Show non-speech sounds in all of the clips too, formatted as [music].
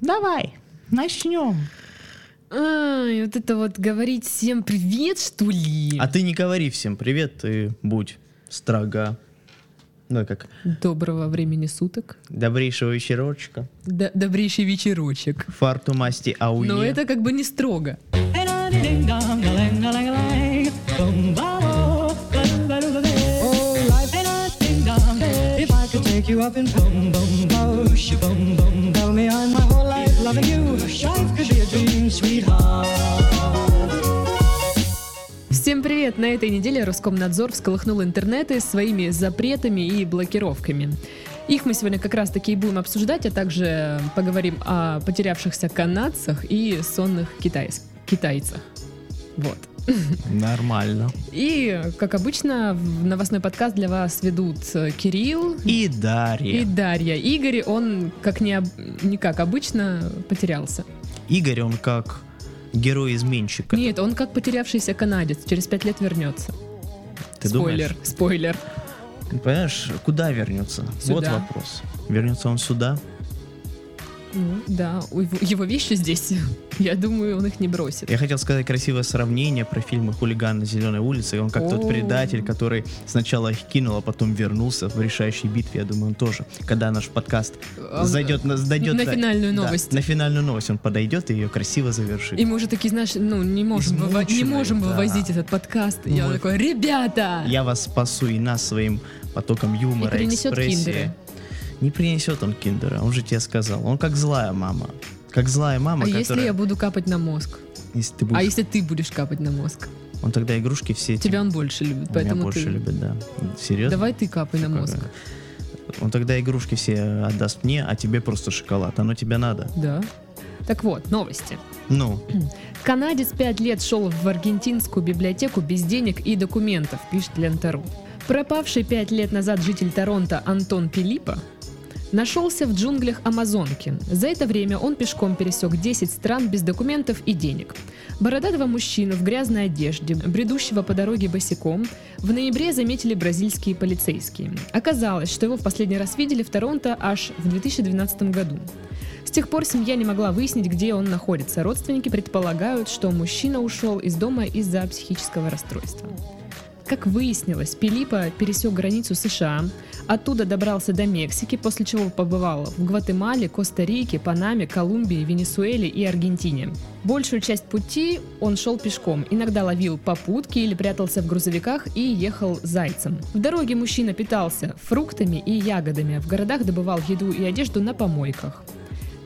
Давай, начнем. Ай, вот это вот говорить всем привет, что ли? А ты не говори всем привет, ты будь строга. Ну, как Доброго времени суток. добрейшего вечерочка, Д- добрейший вечерочек. фарту масти а ауе. Но Ну, это как бы не строго. If I could take you up in boom boom bosh, boom boom, tell me I'm my whole life loving you. Life could be a dream, sweetheart. Всем привет! На этой неделе Роскомнадзор всколыхнул интернеты своими запретами и блокировками. Их мы сегодня как раз таки и будем обсуждать, а также поговорим о потерявшихся канадцах и сонных китайц- китайцах. Вот. Нормально. И, как обычно, в новостной подкаст для вас ведут э, Кирилл И и Дарья. Дарья. Игорь, он, как не, об- не как обычно, потерялся. Игорь, он как герой-изменщик. Нет, он как потерявшийся канадец, через пять лет вернется. Ты спойлер, думаешь? спойлер. Понимаешь, куда вернется? Вот Сюда. вопрос. Вернется он сюда? Ну, да, у его, его вещи здесь, [laughs] я думаю, он их не бросит. Я хотел сказать красивое сравнение про фильмы «Хулиган на зеленой улице». И он как тот О. предатель, который сначала их кинул, а потом вернулся в решающей битве. Я думаю, он тоже. Когда наш подкаст А Он- зайдет, на, дойдет на до- финальную да, новость. на финальную новость он подойдет и ее красиво завершит. И мы уже такие, знаешь, ну, не можем, выво- не Измученные, можем да. вывозить этот подкаст. Ну, я вот. такой, ребята! Я вас спасу и нас своим потоком юмора, И принесет экспрессии. киндера. Не принесет он киндера, он же тебе сказал. Он как злая мама. Как злая а мама, если которая... я буду капать на мозг? Если ты будешь... А если ты будешь капать на мозг? Он тогда игрушки все эти- Тебя он больше любит, Он меня поэтому больше ты... любит, да. Серьезно? Давай ты капай на мозг. Он тогда игрушки все отдаст мне, а тебе просто шоколад. Оно тебе надо. Да. Так вот, новости. Ну, Канадец пять лет шел в аргентинскую библиотеку без денег и документов, пишет Лента.ру. Пропавший пять лет назад житель Торонто Антон Пилипа нашелся в джунглях Амазонки. За это время он пешком пересек 10 стран без документов и денег. Бородатого мужчину в грязной одежде, бредущего по дороге босиком, в ноябре заметили бразильские полицейские. Оказалось, что его в последний раз видели в Торонто аж в 2012 году. С тех пор семья не могла выяснить, где он находится. Родственники предполагают, что мужчина ушел из дома из-за психического расстройства. Как выяснилось, Пилипа пересек границу США, оттуда добрался до Мексики, после чего побывал в Гватемале, Коста-Рике, Панаме, Колумбии, Венесуэле и Аргентине. Большую часть пути он шел пешком, иногда ловил попутки или прятался в грузовиках и ехал зайцем. В дороге мужчина питался фруктами и ягодами, в городах добывал еду и одежду на помойках.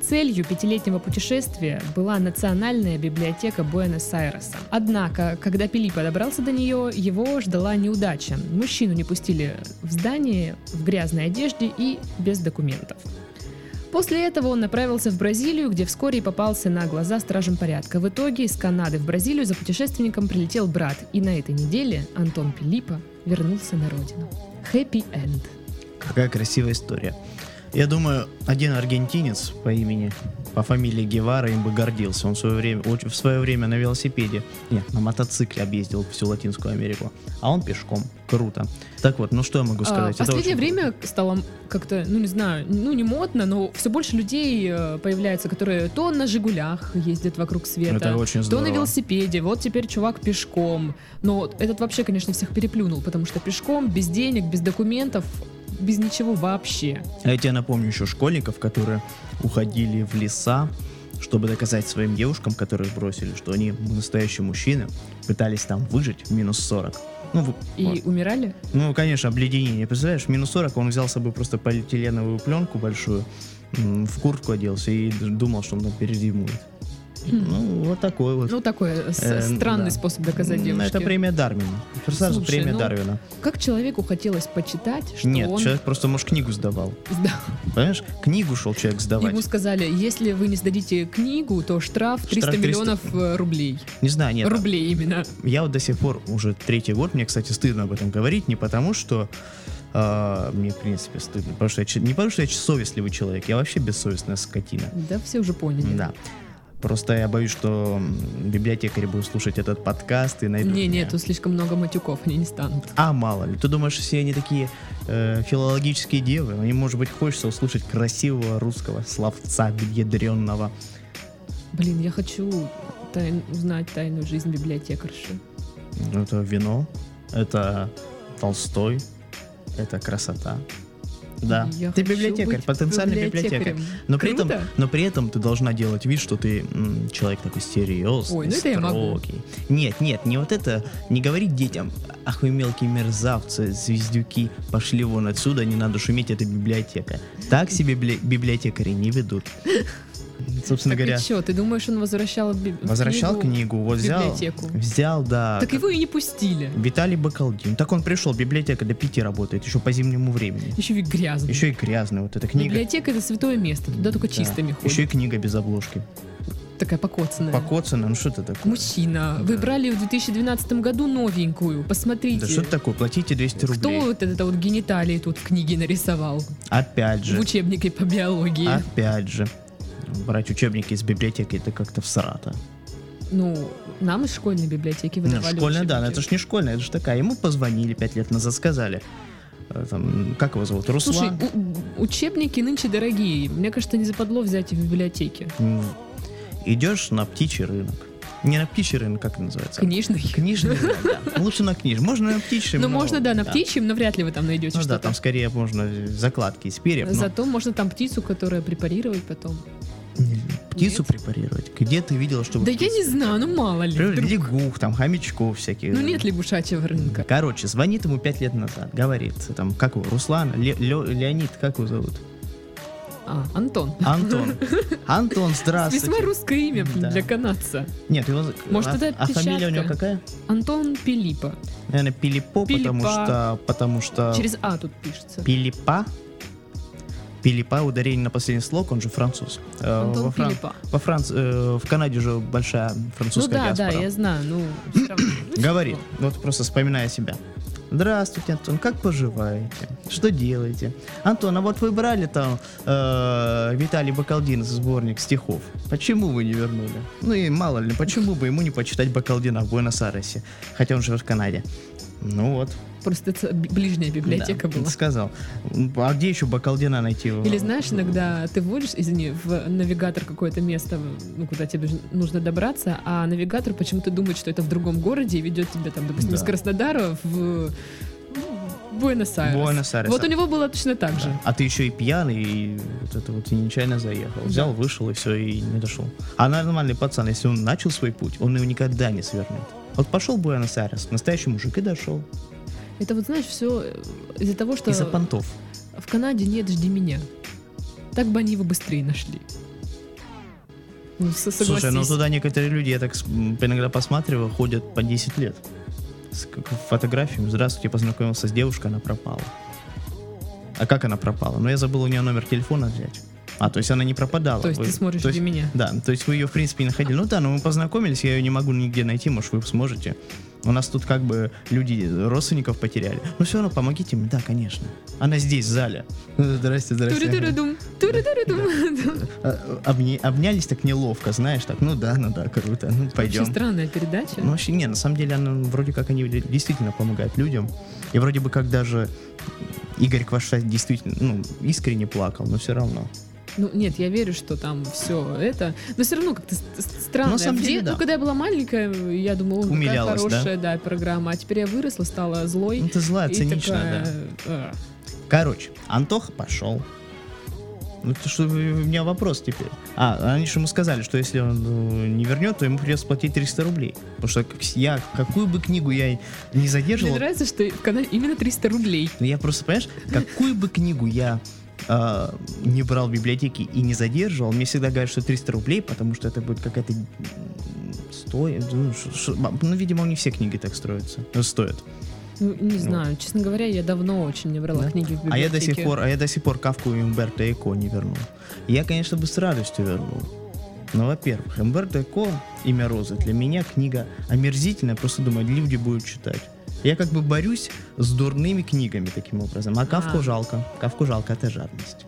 Целью пятилетнего путешествия была Национальная библиотека Буэнос-Айреса. Однако, когда Пилиппа добрался до нее, его ждала неудача. Мужчину не пустили в здание в грязной одежде и без документов. После этого он направился в Бразилию, где вскоре и попался на глаза стражам порядка. В итоге из Канады в Бразилию за путешественником прилетел брат, и на этой неделе Антон Пилиппа вернулся на родину. Хэппи-энд. какая красивая история. Я думаю, один аргентинец по имени, по фамилии Гевара им бы гордился. Он в свое время, оч- в свое время на велосипеде, нет, на мотоцикле объездил всю Латинскую Америку. А он пешком. Круто. Так вот, ну что я могу А, сказать? В Это последнее очень- время стало как-то, ну не знаю, ну не модно, но все больше людей э, появляется, которые то на Жигулях ездят вокруг света, Это очень то на здорово. велосипеде, вот теперь чувак пешком. Но вот этот вообще, конечно, всех переплюнул, потому что пешком, без денег, без документов, без ничего вообще. А я тебе напомню еще школьников, которые уходили в леса, чтобы доказать своим девушкам, которые бросили, что они настоящие мужчины, пытались там выжить в минус 40. Ну, вы- И вот. умирали? ну, конечно, обледенение. Представляешь, в минус 40 он взял с собой просто полиэтиленовую пленку большую, м, в куртку оделся и д- думал, что он там перезимует. Ну, вот такой вот. Хм. Ну такой э, с- Э, странный да. способ доказать М, девушке. Это премия Дарвина. Сразу Слушай, премия ну, Дарвина. Как человеку хотелось почитать, что Нет, он... человек просто, может, книгу сдавал. [laughs] Да. Понимаешь? Книгу шел человек сдавать. Ему сказали, если вы не сдадите книгу, то штраф 300 300 миллионов э, рублей. Не знаю, нет. Рублей именно. Я вот до сих пор уже третий год, мне, кстати, стыдно об этом говорить, не потому что а, мне, в принципе, стыдно, потому что я, ч- не потому что я ч- совестливый человек, я вообще бессовестная скотина. Да, все уже поняли. Да. Просто я боюсь, что м, библиотекари будут слушать этот подкаст и найдут Не, меня. нет, тут слишком много матюков, они не станут. А мало ли. Ты думаешь, все они такие э, филологические девы? Им, может быть, хочется услышать красивого русского словца бедренного. Блин, я хочу тай- узнать тайную жизнь библиотекарши. Это вино, это Толстой, это красота. Да. Я ты хочу библиотекарь, быть потенциальный библиотекарь. библиотекарем. Но при, этом, Круто. но при этом ты должна делать вид, что ты м, человек такой серьезный, Ой, ну это я могу. строгий. Нет, нет, не вот это. Не говорить детям, ах вы мелкие мерзавцы, звездюки, пошли вон отсюда, не надо шуметь, это библиотека. Так себе бли- библиотекари [laughs] не ведут. Собственно Так ты говоря, чё, ты думаешь, он возвращал би- возвращал книгу, вот взял, библиотеку. взял, да. Так его и не пустили. Виталий Бакалдин. Так он пришел, библиотека до пяти работает, еще по зимнему времени. Еще ведь грязный. Еще и грязная вот эта книга. Библиотека это святое место, туда Ну, только чистыми ходят. Еще и книга без обложки. Такая покоцанная. Покоцана, ну что это такое? Мужчина, вы Да. брали в 2012 году новенькую, посмотрите. Да что это такое? Платите 200 Кто рублей. вот это вот гениталии тут в книге нарисовал? Опять В же. учебнике по биологии. Опять же. Брать учебники из библиотеки это как-то всрато. Ну, нам из школьной библиотеки Ну, выдавали школьная, да, но учебники. это же не школьная, это же такая. Ему позвонили пять лет назад, сказали. э, Там, как его зовут? Руслан. Слушай, у- учебники нынче дорогие. Мне кажется, не западло взять их в библиотеке. М, Идешь на птичий рынок. Не на птичий рынок, как это называется? Книжный. Книжный рынок, [laughs] да. Лучше на книжный. Можно на птичьем. Ну, но- можно, да, на птичьем, но вряд ли вы там найдете Ну да, что-то. там скорее можно закладки из перьев. но Зато можно там птицу, которая препарировать потом. нельзя. Птицу Нет. препарировать. Где ты видела, чтобы да я птицу- не знаю, ну мало ли. Например, вдруг. лягух, там, хомячков всяких. Ну нет лягушачьего рынка. Короче, звонит ему пять лет назад, говорит, там, как его, Руслан, Ле- Лё- Леонид, как его зовут? А, Антон. [laughs] Антон. Антон, здравствуйте. Весьма русское имя блин, Да. для канадца. Нет, его... з- Может, а, это а фамилия у него печатка? какая? Антон Пилипа. Наверное, Пилипо, потому Пилипа. что... Потому что... Через А тут пишется. Пилипа? Пилипа, ударение на последний слог, он же француз. Э, во Антон Фран- Пилипа. Во Франции, в Канаде же большая Ну французская да, да, диаспора. я знаю. Ну, всё [coughs] равно. Ну, всё Говорит, равно. вот просто вспоминая себя. Здравствуйте, Антон, как поживаете? Что делаете? Антон, а вот вы брали там э, Виталий Бакалдин сборник стихов. Почему вы не вернули? Ну и мало ли, почему бы ему не почитать Бакалдина в Буэнос-Айресе? Хотя он живет в Канаде. Ну вот. Просто это б- ближняя библиотека да, была. Сказал. А где еще Бакалдина найти? Или знаешь, иногда ты вводишь, извини, в навигатор какое-то место, ну, куда тебе ж- нужно добраться, а навигатор почему-то думает, что это в другом городе и ведет тебя там, допустим, Да. из Краснодара в ну, Буэнос-Айрес. Буэнос-Айрес. Вот у него было точно так же. А ты еще и пьяный, и вот это вот и нечаянно заехал. Взял, вышел и все, и не дошел. А нормальный пацан, если он начал свой путь, он его никогда не свернет. Вот пошел Буэнос-Айрес, настоящий мужик, и дошел. Это вот, знаешь, все из-за того, что Из-за понтов. в Канаде нет «Жди меня». Так бы они его быстрее нашли. Ну, со- Слушай, ну согласись. туда некоторые люди, я так с- м, иногда посматриваю, ходят по 10 лет. С к- к фотографиями. Здравствуйте, познакомился с девушкой, она пропала. А как она пропала? Ну, я забыл у нее номер телефона взять. А, то есть она не пропадала. То есть Вы- ты смотришь то есть- «Жди меня». Да, то есть вы ее, в принципе, не находили. Ну да, но мы познакомились, я ее не могу нигде найти, может, вы сможете. У нас тут как бы люди родственников потеряли. Но все равно помогите мне, да, конечно. Она здесь, в зале. Здрасте, здрасте. Туру-туру-дум, туру-туру-дум. А, обня- Обнялись так неловко, знаешь, так, ну да, ну да, круто, ну Вообще пойдем. странная передача. Ну вообще, не, на самом деле, она вроде как они действительно помогают людям. И вроде бы как даже Игорь Кваштай действительно, ну, искренне плакал, но все равно. Ну, нет, я верю, что там все это. Но все равно как-то с- с- странно. На самом В де- деле, да. Ну, когда я была маленькая, я думала, «О, какая Умилялась, да? хорошая да? программа. А теперь я выросла, стала злой. Ну, ты злая, и циничная, да. такая, «А, Короче, Антоха пошел. Ну, это что, у меня вопрос теперь. А, они же ему сказали, что если он э, не вернет, то ему придется платить 300 рублей. Потому что как с- я, какую бы книгу я и не Мне задерживал, ну, нравится, что в канале именно 300 рублей. я просто, понимаешь, какую бы книгу я э, не брал в библиотеке и не задерживал, мне всегда говорят, что 300 рублей, потому что это будет какая-то м, стоя, ну, ш- ш- ну, видимо, не все книги так строятся, э, стоят. Ну, не знаю, честно говоря, я давно очень не брала Да? книги в библиотеке. А я до сих пор, а я до сих пор Кавку и Умберто Эко не вернул. Я, конечно, бы с радостью вернул. Но, во-первых, Умберто Эко «Имя Розы» для меня книга омерзительная, просто думаю, люди будут читать. Я как бы борюсь с дурными книгами таким образом. А Кавку А. жалко. Кавку жалко, это жадность.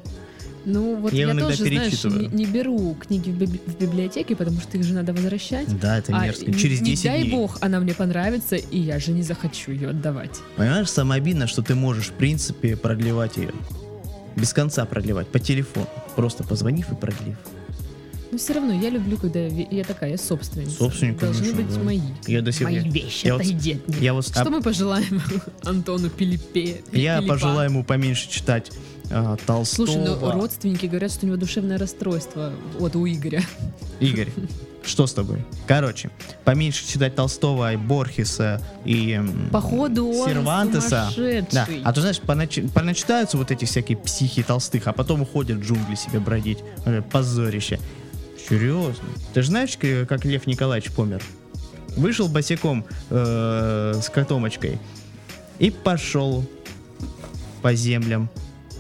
Ну, вот Я я, иногда тоже, знаешь, не, перечитываю. не беру книги в, библи- в библиотеке, потому что их же надо возвращать. Да, это А мерзко. не- Через не 10 дай дней. бог, она мне понравится, и я же не захочу ее отдавать. Понимаешь, самое обидное, что ты можешь, в принципе, продлевать ее. Без конца продлевать, по телефону. Просто позвонив и продлив. Но все Ну, равно я люблю, когда ви- я такая собственница. Собственник, Должны конечно, быть да. мои. Я до сих мои я- вещи, я вот- отойди от меня. Я вот... Что мы пожелаем [laughs] Антону Пилипе? а, я Пилипа? пожелаю ему поменьше читать а, Толстого. Слушай, ну родственники говорят, что у него душевное расстройство. Вот у Игоря. Игорь, что с тобой? Короче, поменьше читать Толстого и Борхеса и... м, Походу он Сервантеса. Да. сумасшедший. А то знаешь, понач- поначитаются вот эти всякие психи толстых, а потом уходят в джунгли себе бродить. Э, Позорище. Серьезно. Ты же знаешь, к- как Лев Николаевич помер? Вышел босиком э, с котомочкой и пошел по землям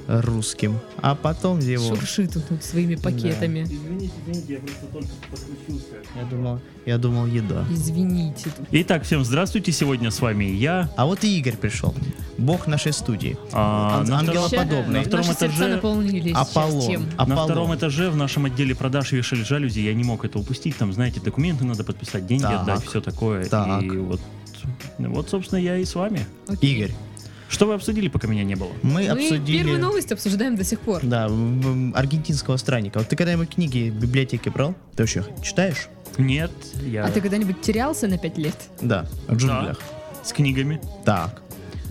русским. А потом его... Шуршит он тут своими пакетами. Извините, извините, я просто только подключился. Я думал, я думал, еда. Извините. тут. Итак, всем здравствуйте. Сегодня с вами я. А вот и Игорь пришел. Бог нашей студии. а, Ан- на Ангела втором- подобный. На втором Наши сердца этаже. наполнились сейчас Аполлон. тем. Аполлон. На втором этаже в нашем отделе продаж вешали жалюзи, я не мог это упустить. Там, знаете, документы надо подписать, деньги Так. отдать, все такое. Так. И вот, ну, вот, собственно, я и с вами. Окей. А, Игорь, Что вы обсудили, пока меня не было? мы, Мы обсудили... первую новость обсуждаем до сих пор. Да, м, м, аргентинского странника. Вот ты когда-нибудь книги в библиотеке брал? Ты вообще их читаешь? Нет, я А ты когда-нибудь терялся на пять лет? Да, в джунглях. с книгами. Так,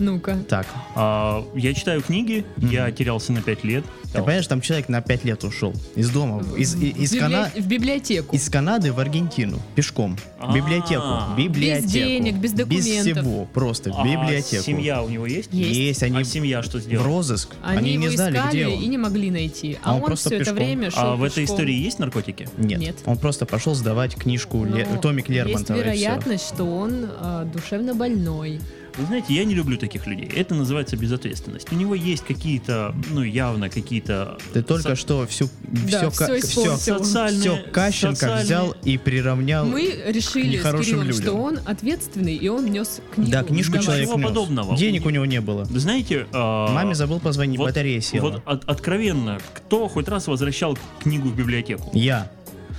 Ну-ка. так. А, я читаю книги, я терялся на 5 лет. А, Ты понимаешь, там человек на 5 лет ушел из дома, из, и- из, в, библи- Кана- в библиотеку. из Канады в Аргентину, пешком, в А. библиотеку, библиотеку. денег, без Без документов. всего, просто в А библиотеку. семья у него есть? Есть. Есть, они А семья что в сделала? розыск, Они, они, его не знали, искали где он. и не могли найти. А, А он он, просто все это пешком. время шел А в этой пешком. истории есть наркотики? Нет. Нет. он просто пошел сдавать книжку Ле- Но э, Томик Есть Лермонтова. и всё. вероятность, что он а, душевно больной. Вы знаете, я не люблю таких людей. Это называется безответственность. У него есть какие-то, ну, явно какие-то... Ты только со- что всю, Да, все, всё испортил. все, социальные... Кащенко социальные- взял и приравнял Мы решили с нехорошим Кириллом, Э, людям. что он ответственный, и он нес книгу. Да, книжку Давай. человек Ничего нёс. подобного. Денег у него не было. Вы Знаете... а, Маме забыл позвонить, вот- батарея села. Вот от- откровенно, кто хоть раз возвращал книгу в библиотеку?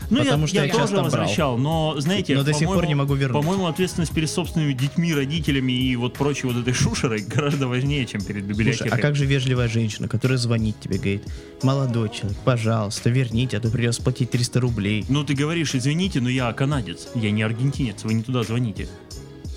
Ну, Я. потому что я тоже часто брал. возвращал, но, знаете... Но до сих по-моему, пор не могу вернуть. По-моему, ответственность перед собственными детьми, родителями и вот прочей вот этой шушерой гораздо важнее, чем перед библиотекой. Слушай, а как же вежливая женщина, которая звонит тебе, говорит, молодой человек, пожалуйста, верните, а то придется платить 300 рублей. Ну ты говоришь, извините, но я канадец, я не аргентинец, вы не туда звоните.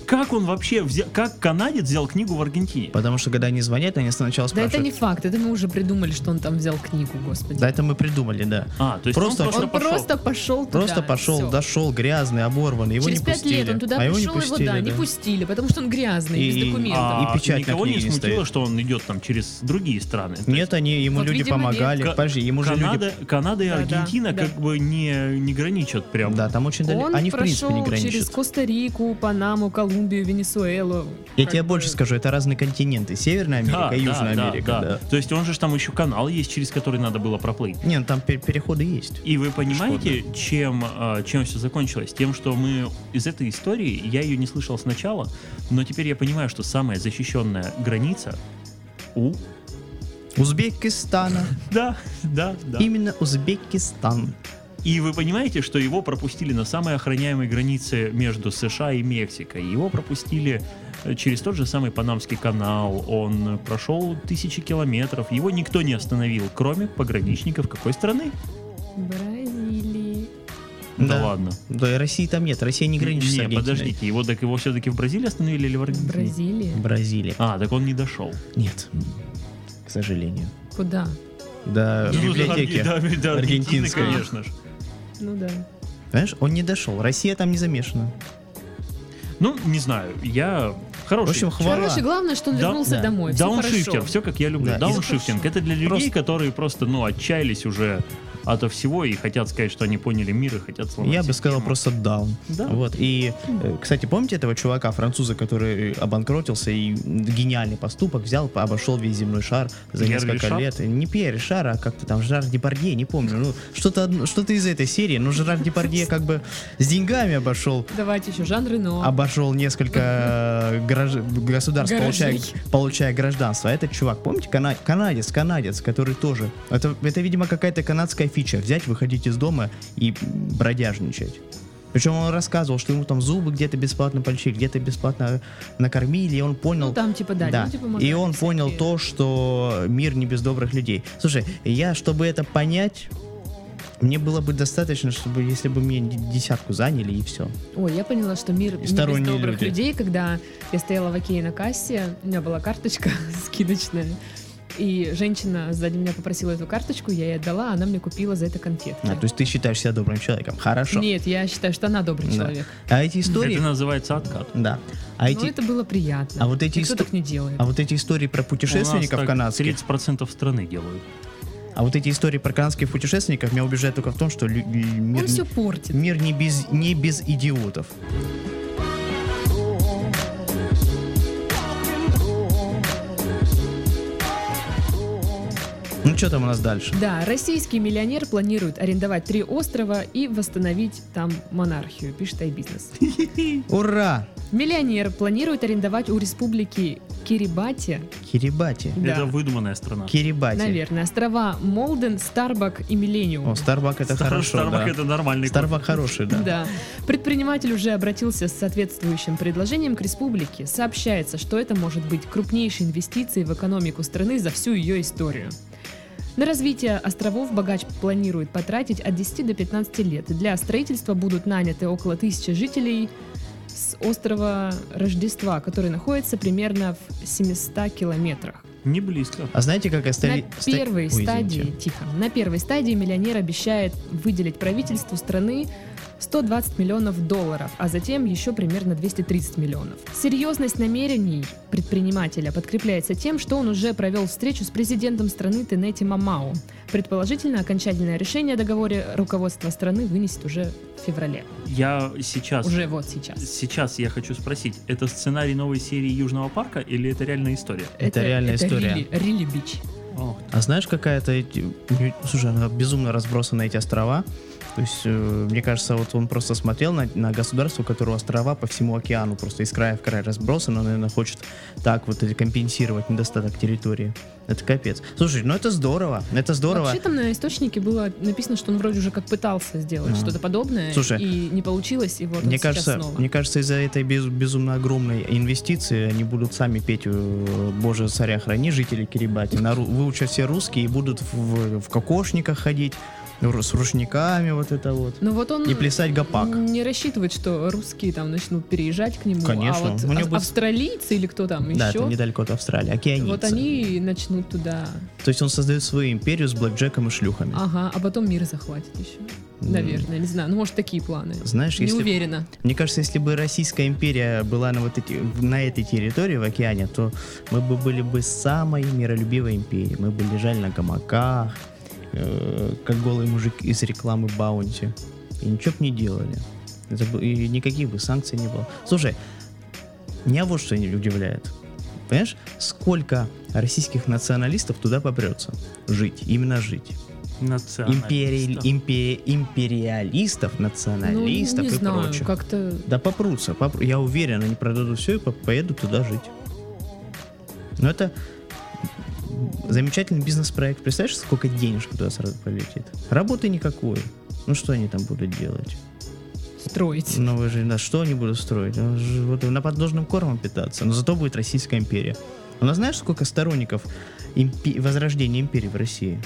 Как он вообще взял, как канадец взял книгу в Аргентине? Потому что, когда они звонят, они сначала Да спрашивают. это не факт, это мы уже придумали, что он там взял книгу, господи. Да, это мы придумали, да. А, то есть Просто- он просто он пошел. просто пошел туда. Просто пошел, всё. дошел, грязный, оборванный, его Через не пять пустили. лет он туда а его не пришел, его, пустили, да, не да. пустили, потому что он грязный, И- без документов. А И печать на никого не книге не смутило, стоит. что он идет там через другие страны. То есть Нет, они, ему Вот, люди видимо, нет. помогали. Ка- Подожди, ему же люди... Канада, Канада и Да, да, Аргентина да. как бы не, не граничат прям. Да, там очень далеко. Он Они, в прошел принципе, не граничат. через Коста-Riку, Панаму, Колумбию, Венесуэлу. Я Как тебе бы- больше скажу, это разные континенты. Северная Америка Да, и да, Южная да, Америка, да. да. То есть он же там еще канал есть, через который надо было проплыть. Не, ну там пер- переходы есть. И вы понимаете, чем, а, чем все закончилось? Тем, что мы из этой истории, я ее не слышал сначала, но теперь я понимаю, что самая защищенная граница у... Узбекистана. Да, да, [laughs] да. Именно Узбекистан. И вы понимаете, что его пропустили на самой охраняемой границе между США и Мексикой. Его пропустили э, через тот же самый Панамский канал. Он э, прошел тысячи километров. Его никто не остановил, кроме пограничников какой страны? Бразилии. Да, ладно. Да, и России там нет. Россия не граничит с Не, Аргентиной. подождите, его, так его все-таки в Бразилии остановили или в Аргентине? Бразилия? Бразилия. А, так он не дошел. Нет. К сожалению. Куда? Да, Э, в Ну, библиотеке. Да, да, да, Аргентины, Аргентинской. конечно же. Ну да. Понимаешь, он не дошел. Россия там не замешана. Ну, не знаю, я В хороший. общем, хвала. Короче, главное, что он Да- вернулся да. домой. Все Дауншифтер, хорошо. все как я люблю. Да, и- Дауншифтинг это для людей, Просто- которые просто, ну, отчаялись уже ото всего и хотят сказать, что они поняли мир и хотят сломать. Я бы сказал систему. просто даун. Да. Вот. И, э, кстати, помните этого чувака, француза, который обанкротился и гениальный поступок взял, обошел весь земной шар за Пьер несколько Ришар? лет. Не Пьер Шар, а как-то там Жерар Депардье, не помню. Ну, что-то одно- что-то из этой серии. Ну, Жерар Депардье как бы с деньгами обошел Давайте еще жанры, но... обошел несколько э, гараж- государств, получая, Гаражей. получая гражданство. А этот чувак, помните, кана- канадец, канадец, который тоже... Это, это, видимо, какая-то канадская фича. Взять, выходить из дома и бродяжничать. Причем он рассказывал, что ему там зубы где-то бесплатно польчили, где-то бесплатно накормили, и он понял... Ну, там типа, да, Да. люди помогают И он всякие. понял то, что мир не без добрых людей. Слушай, я, чтобы это понять, мне было бы достаточно, чтобы если бы мне д- десятку заняли и все. Ой, я поняла, что мир не без сторонние добрых люди. людей, когда я стояла в окее на кассе, у меня была карточка [laughs] скидочная, и женщина сзади меня попросила эту карточку, я ей отдала, она мне купила за это конфетки. А, то есть ты считаешь себя добрым человеком. Хорошо. Нет, я считаю, что она добрый Да. человек. А эти истории... Это называется откат. Да. А, Но эти... Ну, это было приятно. а вот эти Никто исто- так не делает. а вот эти истории про путешественников канадских, 30% страны делают. а вот эти истории про канадских путешественников меня убеждают только в том, что лю- лю- мир, Он не- все портит. мир не без не без идиотов. Ну что там у нас дальше? Да, российский миллионер планирует арендовать три острова и восстановить там монархию, пишет iBusiness. Ура! Миллионер планирует арендовать у республики Кирибати, Кирибати. Да. Это выдуманная страна. Кирибати. наверное, острова Молден, Старбак и Миллениум. О, Старбак это Стар- хорошо. Starbucks да. это нормальный Starbucks хороший, да. Да. Предприниматель уже обратился с соответствующим предложением к республике. Сообщается, что это может быть крупнейшей инвестицией в экономику страны за всю ее историю. На развитие островов богач планирует потратить от 10 до 15 лет. Для строительства будут наняты около тысячи жителей с острова Рождества, который находится примерно в 700 километрах. код. Не близко. А знаете, как остали... На ста- первой Ой, стадии, извините. тихо, на первой стадии миллионер обещает выделить правительству страны 120 миллионов долларов, а затем еще примерно 230 миллионов. Серьезность намерений предпринимателя подкрепляется тем, что он уже провел встречу с президентом страны Тенети Мамао. Предположительно, окончательное решение о договоре руководства страны вынесет уже в феврале. Я сейчас... Уже вот сейчас. Сейчас я хочу спросить, это сценарий новой серии Южного парка или это реальная история? Это реальная история. Рилли- Рилли-Бич. А знаешь, какая-то... эти- ну, Слушай, она безумно разбросана эти острова. То есть, э, мне кажется, вот он просто смотрел на, на государство, у которого острова по всему океану просто из края в край разбросаны. Он, наверное, хочет так вот э, компенсировать недостаток территории. Это капец. Слушай, ну это здорово. Это здорово. Вообще там на источнике было написано, что он вроде уже как пытался сделать Ага. что-то подобное, Слушай, и не получилось, и вот он Мне сейчас кажется, снова. мне кажется, из-за этой без- безумно огромной инвестиции они будут сами петь э, «Боже, царя храни, жители Кирибати», на ру- выучат все русские и будут в, в кокошниках ходить, ру- с рушниками вот это вот. Ну вот он И плясать гопак. не рассчитывает, что русские там начнут переезжать к нему, Конечно. а вот У него ав- будет- австралийцы или кто там Да, еще, это недалеко от Австралии, океаницы. вот они начнут туда, То есть он создает свою империю с блэкджеком и шлюхами. ага, а потом мир захватит еще, М. наверное, не знаю, ну может такие планы. Знаешь, не если... уверена. Мне кажется, если бы Российская империя была на, вот эти, на этой территории в океане, то мы бы были бы самой миролюбивой империей. Мы бы лежали на гамаках, э, как голый мужик из рекламы Баунти. И ничего бы не делали. Это бы- и никаких бы санкций не было. Слушай, меня вот что не удивляет. Понимаешь, сколько российских националистов туда попрется жить, именно жить. Импери- импери- империалистов, ну не националистов и знаю, прочих. как-то Да попрутся, попру- я уверен, они продадут все и по- поедут туда жить. Но это замечательный бизнес-проект. Представляешь, сколько денежек туда сразу полетит? Работы никакой. Ну что они там будут делать? строить. Новая жизнь, да, что они будут строить? Он же вот на подножным кормом питаться. Но зато будет Российская империя. У нас знаешь, сколько сторонников импе- возрождения империи в России?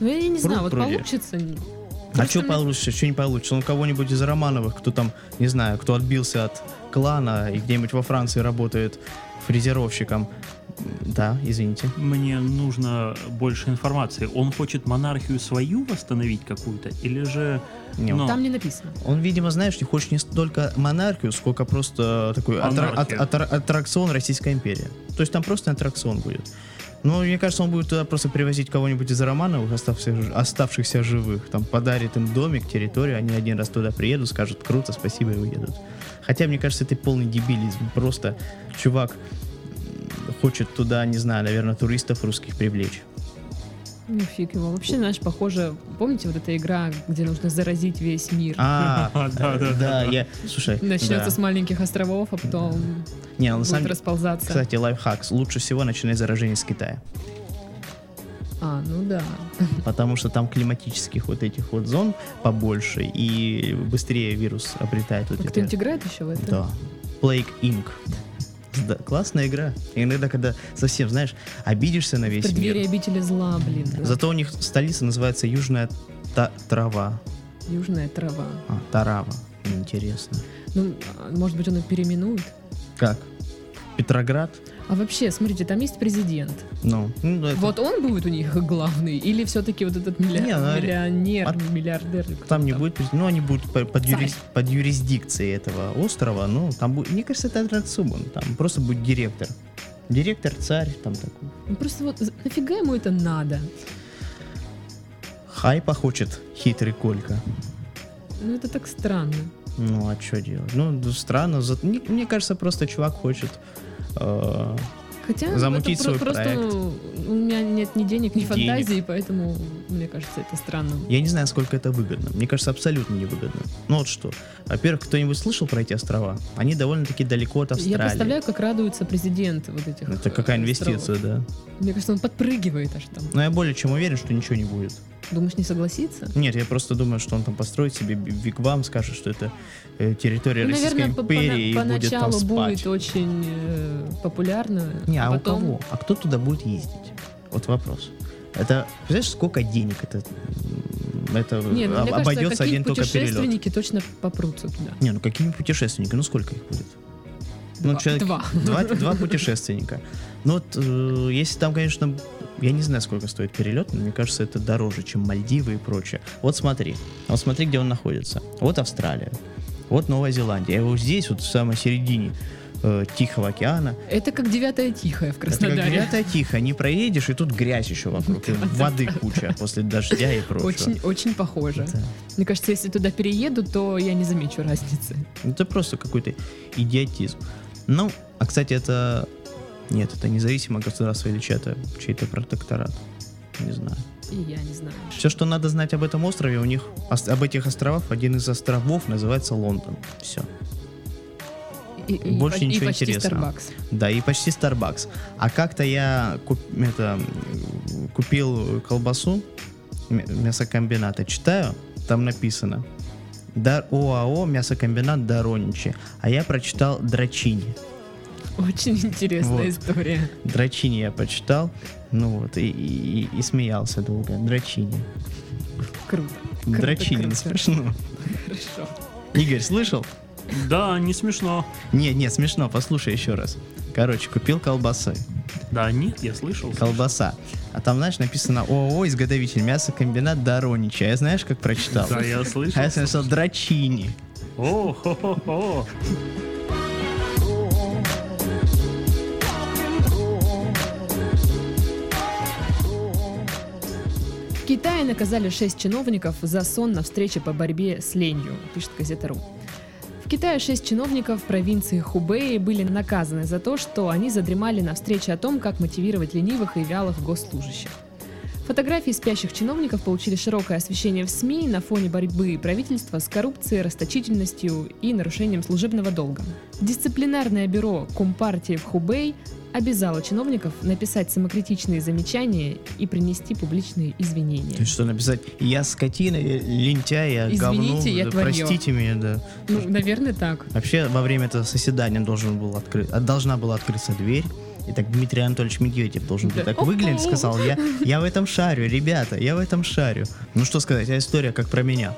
Ну я не знаю, Пруд вот пруди. получится. А Просто что мне- получится, что не получится? Ну, кого-нибудь из Романовых, кто там, не знаю, кто отбился от клана и где-нибудь во Франции работает фрезеровщиком. Да, извините. Мне нужно больше информации. Он хочет монархию свою восстановить какую-то, или же ну, Не, Но. Там не написано. Он, видимо, знаешь, не хочет не столько монархию, сколько просто такой атра- Анархия. ат- атра- аттракцион Российской империи. То есть там просто аттракцион будет. Ну, мне кажется, он будет туда просто привозить кого-нибудь из Романовых, оставшихся, оставшихся живых. Там подарит им домик, территорию, они один раз туда приедут, скажут круто, спасибо и уедут. Хотя, мне кажется, это полный дебилизм. Просто чувак м, хочет туда, не знаю, наверное, туристов русских привлечь. Ну фиг его. Вообще, знаешь, похоже, помните вот эта игра, где нужно заразить весь мир? А, [laughs] Да, да, да, да, да. я... Слушай, [laughs] Начнется да. с маленьких островов, а потом Не, на будет самом деле, расползаться. кстати, лайфхак. Лучше всего начинать заражение с Китая. А, ну да. потому что там климатических вот этих вот зон побольше, и быстрее вирус обретает вот А эти- кто-нибудь играет еще в это? Да. Plague Inc. Да, классная игра. И Иногда, когда совсем, знаешь, обидишься на весь Преддверие мир. обители зла, блин. да. Зато у них столица называется Южная Та- Трава. Южная трава. А, Тарава. Интересно. Ну, а, может быть, он их переименует? Как? Петроград? А вообще, смотрите, там есть президент. Ну, ну, да, это- Вот он будет у них главный? Или все-таки вот этот милля- Не, ну, миллионер, от- миллиардер? или кто Там не будет, прис- ну они будут по- под, Царь. юрис- под юрисдикцией этого острова, ну там будет, мне кажется, это Эдвард Субан, там просто будет директор. Директор, царь, там такой. Ну, Просто вот за- нафига ему это надо? Хайпа хочет хитрый Колька. Ну, это так странно. Ну а что делать? Ну да, странно, за- мне, мне кажется, просто чувак хочет э, Хотя ну, Замутить это свой просто проект. ну, у меня нет ни денег, ни Денег. фантазии, поэтому мне кажется, это странно. Я не знаю, сколько это выгодно. Мне кажется, абсолютно невыгодно. Ну вот что. Во-первых, кто-нибудь слышал про эти острова? Они довольно-таки далеко от Австралии. Я представляю, как радуется президент вот этих. Это какая э, инвестиция, островов. да. Мне кажется, он подпрыгивает аж там. Но я более чем уверен, что ничего не будет. Думаешь, не согласится? Нет, я просто думаю, что он там построит себе би- вигвам, скажет, что это э, территория Ну, Российской наверное, по- пона- империи и будет там поначалу спать. будет очень э, популярно. Не, а, потом... у кого? А кто туда будет ездить? Вот вопрос. Это, представляешь, сколько денег это, м, это Не, ну, об- мне обойдется кажется, один какие-нибудь только перелет? путешественники точно попрутся туда. Не, ну какими путешественниками? Ну сколько их будет? Два. Ну, человек, Два. [laughs] Два, два путешественника. Ну вот, э, если там, конечно, я не знаю, сколько стоит перелет, но мне кажется, это дороже, чем Мальдивы и прочее. Вот смотри, А вот смотри, где он находится. Вот Австралия, вот Новая Зеландия. И вот здесь, вот в самой середине э, Тихого океана, Это как девятая тихая в это как Краснодаре. девятая тихо, не проедешь, и тут грязь [laughs] еще вокруг, и воды куча после дождя и прочего. Очень, очень похоже. Да. Мне кажется, если туда перееду, то я не замечу разницы. Это просто какой-то идиотизм. Ну, а кстати, это... Нет, это независимое государство или чей-то, чей-то протекторат. Не знаю. И я не знаю. Все, что надо знать об этом острове, у них, ос- об этих островах, один из островов называется Лондон. Все. И, и Больше по- и ничего почти интересного. Starbucks. Да, и почти Starbucks. А как-то я куп- это, м, купил колбасу м- мясокомбината. Читаю, там написано Дар ОАО мясокомбинат Дороничи. А я прочитал Драчини. Очень интересная Вот. история. Драчини я почитал, ну вот, и, и- и смеялся долго. Драчини. Круто. Круто, Драчинин, круто. смешно. Хорошо. Игорь, слышал? Да, не смешно. Не, не, смешно, послушай еще раз. Короче, купил колбасы. Да, нет, я слышал. Колбаса. А там, знаешь, написано ООО «Изготовитель мясокомбинат Доронича». А я знаешь, как прочитал? Да, я А слышал. я написал «Драчини». О, хо-хо-хо. В Китае наказали шесть чиновников за сон на встрече по борьбе с ленью, пишет газета «Ру». В Китае шесть чиновников провинции Хубэй были наказаны за то, что они задремали на встрече о том, как мотивировать ленивых и вялых госслужащих. Фотографии спящих чиновников получили широкое освещение в СМИ на фоне борьбы правительства с коррупцией, расточительностью и нарушением служебного долга. Дисциплинарное бюро Компартии в Хубэй обязало чиновников написать самокритичные замечания и принести публичные То извинения. есть что написать? «Я скотина, я лентяй, я говно, Извините, я да, творё». простите меня, да». Ну, наверное, так. Вообще, во время этого соседания должен был откры... а, должна была открыться дверь. И так Дмитрий Анатольевич Медведев должен был Да. так выглянуть, О-о-о. сказал, я, я в этом шарю, ребята, я в этом шарю. Ну что сказать, а история как про меня.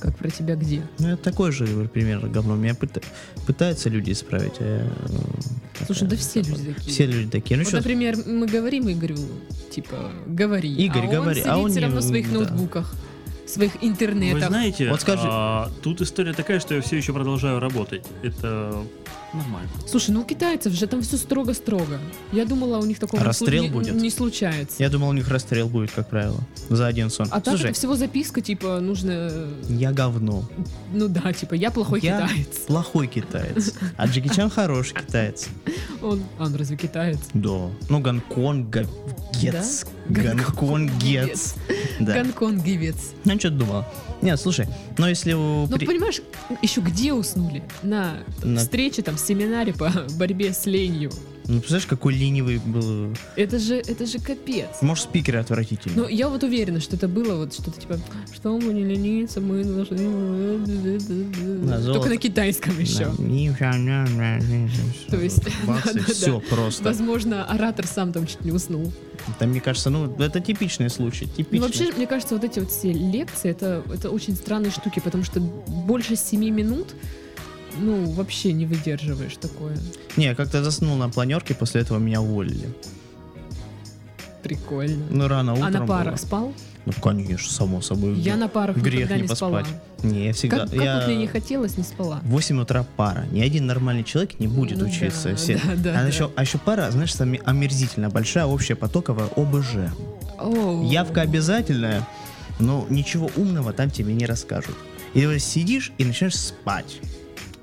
Как про тебя где? Ну, это такой же пример говно. Меня пыта- пытаются люди исправить. а я, э, Слушай, такая, да все люди такие. Все люди такие. Ну, вот, щас- например, мы говорим Игорю, типа, говори. Игорь, а говори, он а сидит он все не- равно в своих да. ноутбуках, в своих интернетах. Вы знаете, Вот скажи- а, тут история такая, что я все еще продолжаю работать. Это Нормально. Слушай, ну у китайцев же там все строго-строго. Я думала, у них такого не слу- Расстрел не, будет? не случается. Я думал, у них расстрел будет, как правило, за один сон. А так Слушай, это всего записка, типа, нужно... я говно. Ну да, типа, я плохой Я китаец. плохой китаец. А Джеки Чан хороший китаец. Он, а он разве китаец? Да. Ну, Гонконга гец. Да? Гонконгец. Да. Гонконгевец. Ну, что ты думала? Нет, слушай, но если у... Ну, при- понимаешь, еще где уснули? На, На- встрече, там, семинаре по борьбе с ленью. Ну, представляешь, какой ленивый был... Это же, это же капец. Может, спикеры отвратительные. Ну, я вот уверена, что это было вот что-то типа, что мы не ленимся, мы должны... Да, Только золото. на китайском еще. То есть, [laughs] да, да, все просто. Возможно, оратор сам там чуть не уснул. Там, мне кажется, ну, это типичный случай, Ну, типичный. вообще, мне кажется, вот эти вот все лекции, это, это очень странные штуки, потому что больше семи минут, ну, вообще не выдерживаешь такое. Не, я как-то заснул на планерке, после этого меня уволили. Прикольно. Ну, рано утром а на парах было. спал? Ну, конечно, само собой. Я на парах Грех никогда не не, спала. поспать. Не, я всегда... Как, как я... вот мне не хотелось, не спала. В 8 утра пара. Ни один нормальный человек не будет Ну учиться. да, все. да, да, а, да. Еще, а еще пара, знаешь, там омерзительно большая, общая потоковая ОБЖ. Оу. Явка обязательная, но ничего умного там тебе не расскажут. И ты вот сидишь и начинаешь спать.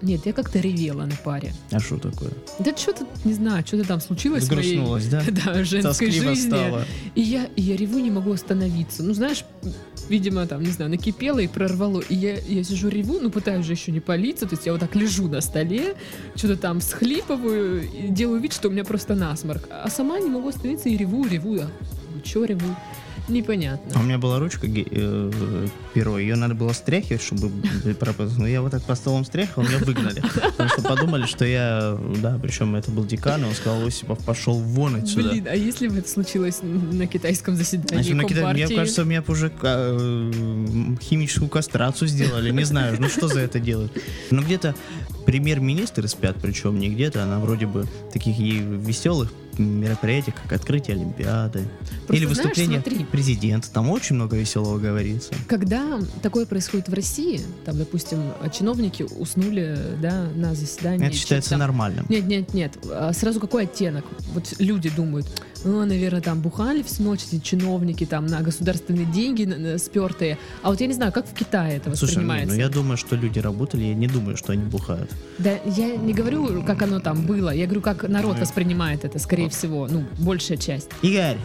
Нет, я как-то ревела на паре. А что такое? Да что-то, не знаю, что-то там случилось в моей- Сгрустнулась, да? [laughs] Да, женской Тоскливо жизни. стало. И я, и я реву, не могу остановиться. Ну, знаешь, видимо, там, не знаю, накипело и прорвало. И я, я сижу реву, ну, пытаюсь же еще не палиться. То есть я вот так лежу на столе, что-то там всхлипываю, и делаю вид, что у меня просто насморк. А сама не могу остановиться и реву, реву. Я, что реву? А у Непонятно. меня была ручка, ге- э, перо, ее надо было стряхивать, чтобы [laughs] пропасть. Но я вот так по столом стряхал, меня выгнали. Потому что подумали, что я, да, причем это был декан, и он сказал, Осипов, пошел вон отсюда. Блин, а если бы это случилось на китайском заседании Значит, на Китае, А мне Компартии? кажется, у меня бы уже ка- э, химическую кастрацию сделали. Не знаю, ну что за это делают. Но где-то премьер-министры спят, причем не где-то, она вроде бы таких ей веселых мероприятий, как открытие Олимпиады. Просто Или знаешь, выступление смотри. президента. Там очень много веселого говорится. Когда такое происходит в России, там, допустим, чиновники уснули, да, на заседании. это считается чё-то там. нормальным. Нет, нет, нет. А Сразу какой оттенок? Вот люди думают, ну, наверное, там бухали всю ночь эти чиновники, там, на государственные деньги на- на- спертые. А вот я не знаю, как в Китае это Слушай, не, ну воспринимается? я думаю, что люди работали, я не думаю, что они бухают. Да, я не говорю, как оно там было. Я говорю, как народ Ну, воспринимает это, скорее всего. Ну, большая часть. Игорь,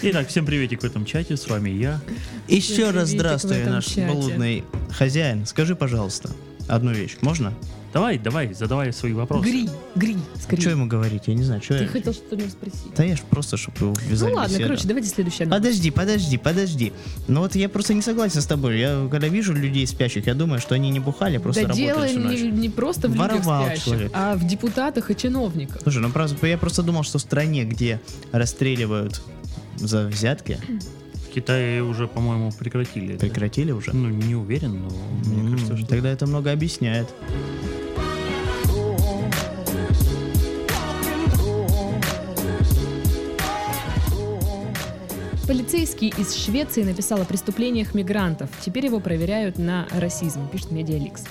Итак, всем приветик в этом чате, с вами я. еще Всем приветик раз в здравствуй, этом наш чате. блудный хозяин. Скажи, пожалуйста, одну вещь. Можно? Давай, давай, задавай свои вопросы. Гри, гри, скорее. Что А Ну, ему говорить? Я не знаю, что Ты я... хотел что-нибудь спросить? Да я ж просто, чтобы его Ну ввязали в ладно, беседу. короче, давайте следующая новость. Подожди, подожди, подожди. Ну вот я просто не согласен с тобой. Я когда вижу людей спящих, я думаю, что они не бухали, а просто да работали дело всю ночь. не, не просто в людях Воровал спящих, человек. а в депутатах и чиновниках. Слушай, ну просто, я просто думал, что в стране, где расстреливают за взятки, В Китае уже, по-моему, прекратили. это. прекратили уже. Ну, не уверен, но мне М, кажется, что... Тогда это много объясняет. Полицейский из Швеции написал о преступлениях мигрантов. Теперь его проверяют на расизм, пишет Медиаликс.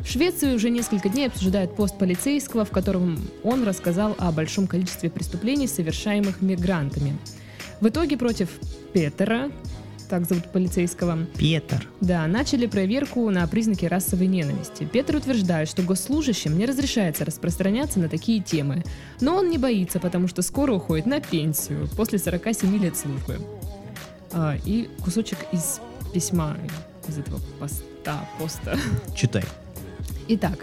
В Швеции уже несколько дней обсуждают пост полицейского, в котором он рассказал о большом количестве преступлений, совершаемых мигрантами. В итоге против Петера, так зовут полицейского, Петр. Да, начали проверку на признаки расовой ненависти. Петр утверждает, что госслужащим не разрешается распространяться на такие темы. Но он не боится, потому что скоро уходит на пенсию после 47 лет службы. А, и кусочек из письма, из этого поста, поста. Читай. Итак,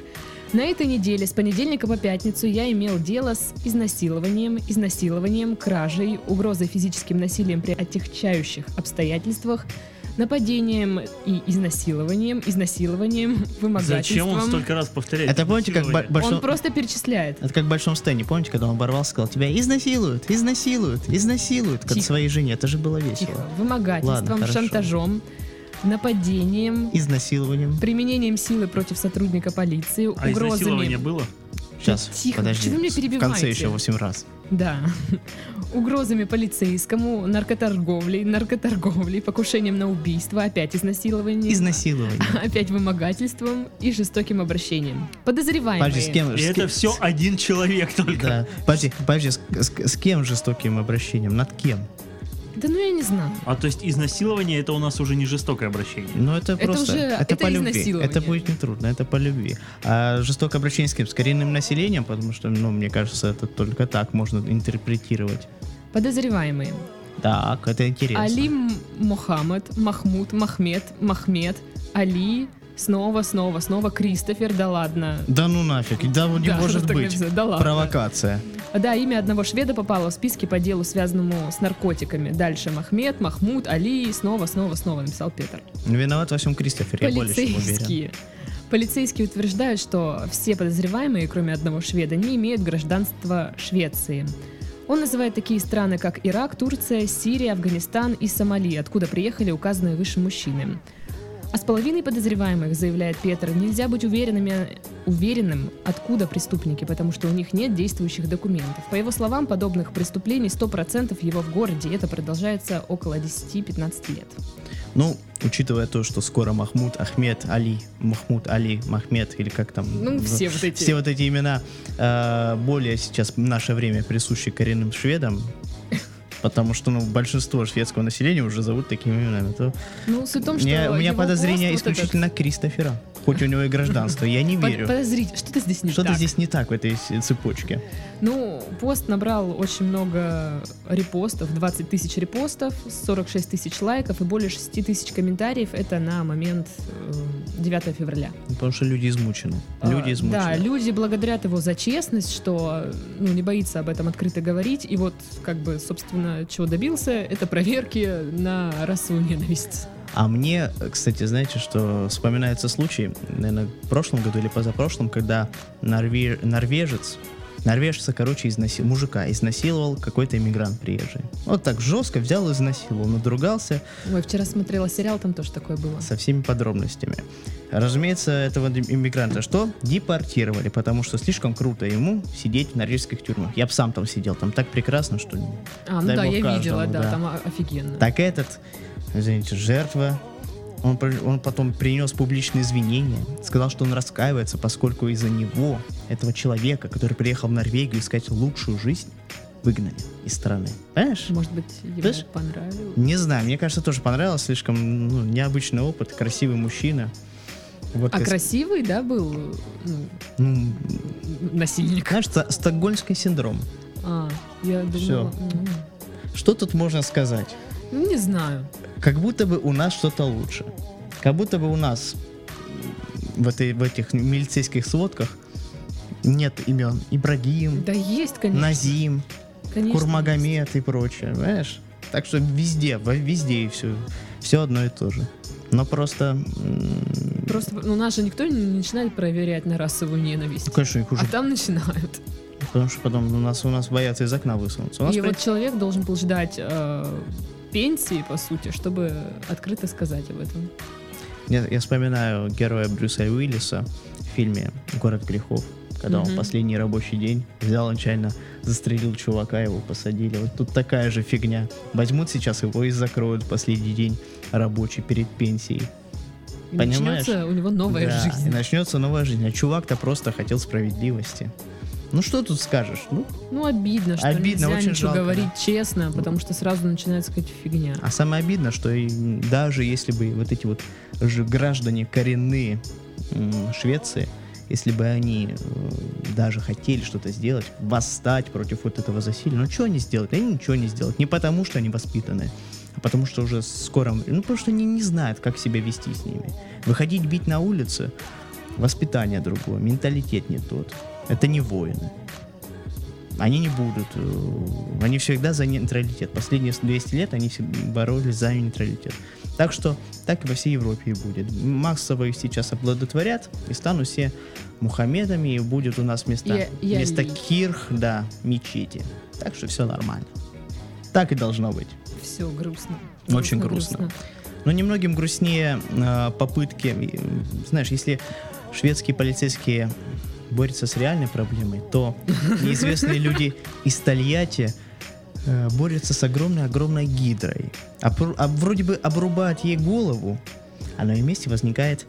на этой неделе с понедельника по пятницу я имел дело с изнасилованием, изнасилованием, кражей, угрозой физическим насилием при отягчающих обстоятельствах, нападением и изнасилованием, изнасилованием, Зачем вымогательством. он столько раз повторяет? Это помните, как бо- изнасилование? Он большом... просто перечисляет. Это как в большом стене, помните, когда он оборвался, сказал, тебя изнасилуют, изнасилуют, изнасилуют. Как Тихо. своей жене, это же было весело. Тихо. Вымогательством, Ладно, хорошо. шантажом, нападением, Изнасилованием. применением силы против сотрудника полиции, А угрозами. изнасилование было? Сейчас, Тихо, подожди. что вы меня в конце перебиваете? еще 8 раз. Да. [laughs] Угрозами полицейскому, наркоторговлей, наркоторговлей, покушением на убийство, опять изнасилование. [laughs] Изнасилование. Опять вымогательством и жестоким обращением. Подозреваемые. Подожди, с кем? И с это кем- все с- один человек только. Да. Подожди, подожди, с, с- с кем жестоким обращением? Над кем? Да ну я не знаю. А то есть изнасилование это у нас уже не жестокое обращение. Ну, это, Это просто... уже- это по любви. изнасилование. Это будет нетрудно, это по любви. А жестокое обращение с кем? С коренным населением? Потому что, ну, мне кажется, это только так можно интерпретировать. Подозреваемые. Так, это интересно. Али М- Мухаммад, Махмуд, Махмед, Махмед, Али, снова, снова, снова Кристофер, да ладно. Да ну нафиг, да не Да, может так быть. написано, да ладно. Провокация. Да, имя одного шведа попало в списки по делу, связанному с наркотиками. Дальше Махмед, Махмуд, Али, снова, снова, снова написал Петр. Виноват во всем Кристофер, я более чем уверен. Полицейские. Полицейские утверждают, что все подозреваемые, кроме одного шведа, не имеют гражданства Швеции. Он называет такие страны, как Ирак, Турция, Сирия, Афганистан и Сомали, откуда приехали указанные выше мужчины. А с половиной подозреваемых, заявляет Петр, нельзя быть уверенными, уверенным, откуда преступники, потому что у них нет действующих документов. По его словам, подобных преступлений 100% его в городе, и это продолжается около 10-15 лет. Ну, учитывая то, что скоро Махмуд, Ахмед, Али, Махмуд, Али, Махмед, или как там... Ну, все вот эти. Все вот эти имена э, более сейчас в наше время присущи коренным шведам, потому что ну, большинство шведского населения уже зовут такими именами. То Ну, суть в том, у что меня, у меня его подозрение пост вот этот- исключительно Кристофера, хоть у него и гражданство, я не Под- верю. подозрите, что-то здесь не Что-то так. здесь не так в этой с- цепочке. Ну, пост набрал очень много репостов, 20 тысяч репостов, 46 тысяч лайков и более 6 тысяч комментариев. Это на момент э, 9 февраля. Потому что люди измучены. Люди А, измучены. Да, люди благодарят его за честность, что ну, не боится об этом открыто говорить. И вот, как бы, собственно, чего добился, это проверки на расовую ненависть. А мне, кстати, знаете, что вспоминается случай, наверное, в прошлом году или позапрошлом, когда норве- норвежец, норвежца, короче, изнаси- мужика изнасиловал какой-то иммигрант приезжий. Вот так жестко взял и изнасиловал, надругался Ой, вчера смотрела сериал, там тоже такое было. со всеми подробностями. Разумеется, этого иммигранта что? Депортировали, потому что слишком круто ему сидеть в норвежских тюрьмах. Я бы сам там сидел, там так прекрасно, что... А, ну Дай да, бог я каждому, видела, да, да. там о- офигенно. Так этот, извините, жертва, он, пр- он потом принес публичные извинения, сказал, что он раскаивается, поскольку из-за него, этого человека, который приехал в Норвегию искать лучшую жизнь, выгнали из страны. Понимаешь? Может быть, ему Знаешь, понравилось. Не знаю, мне кажется, тоже понравилось, слишком ну, необычный опыт, красивый мужчина. Вот А из- красивый, да, был ну, ну, насильник. кажется, стокгольмский синдром. А, я думала. Всё. м, Что тут можно сказать? Ну, не знаю. как будто бы у нас что-то лучше. Как будто бы у нас в, этой, в этих милицейских сводках нет имен Ибрагим, Да есть, конечно. Назим, конечно, есть. Курмагомед и прочее, понимаешь? Так что везде, во- везде и все, все одно и то же. Но просто... м, Просто, ну, нас же никто не начинает проверять на расовую ненависть. ну, конечно, их уже... А там начинают. Потому что потом у нас, у нас боятся из окна высунуться. У нас И при- вот человек должен был ждать э, пенсии, по сути, чтобы открыто сказать об этом. Я, я вспоминаю героя Брюса Уиллиса в фильме «Город грехов», когда он Мгм. в последний рабочий день взял нечаянно, застрелил чувака, его посадили. Вот тут такая же фигня. Возьмут сейчас его и закроют в последний день рабочий перед пенсией. И Понимаешь? начнется у него новая Да, И жизнь. начнется новая жизнь. А чувак-то просто хотел справедливости. Ну что тут скажешь? Ну, Ну, обидно, что Обидно, нельзя очень ничего жалко, да. говорить честно, потому что сразу начинается какая-то фигня. а самое обидно, что и даже если бы вот эти вот же граждане коренные м, Швеции, если бы они э, даже хотели что-то сделать, восстать против вот этого засилия, ну что они сделают? Они ничего не сделают. Не потому, что они воспитаны, а потому что уже скоро... Ну, потому что они не знают, как себя вести с ними. Выходить бить на улице, воспитание другое, менталитет не тот. Это не воины. Они не будут. э, Они всегда за нейтралитет. Последние 200 лет они всегда боролись за нейтралитет. Так что так и во всей Европе и будет. Массово их сейчас оплодотворят и станут все Мухаммедами, и будет у нас вместо, И- и вместо Али. кирх, да, мечети. Так что все нормально. Так и должно быть. Все грустно. Очень грустно. Но немногим грустнее э, попытки, э, знаешь, если шведские полицейские борется с реальной проблемой, то неизвестные люди из Тольятти э, борются с огромной-огромной гидрой. А, пру- а вроде бы обрубают ей голову, а на ее месте возникает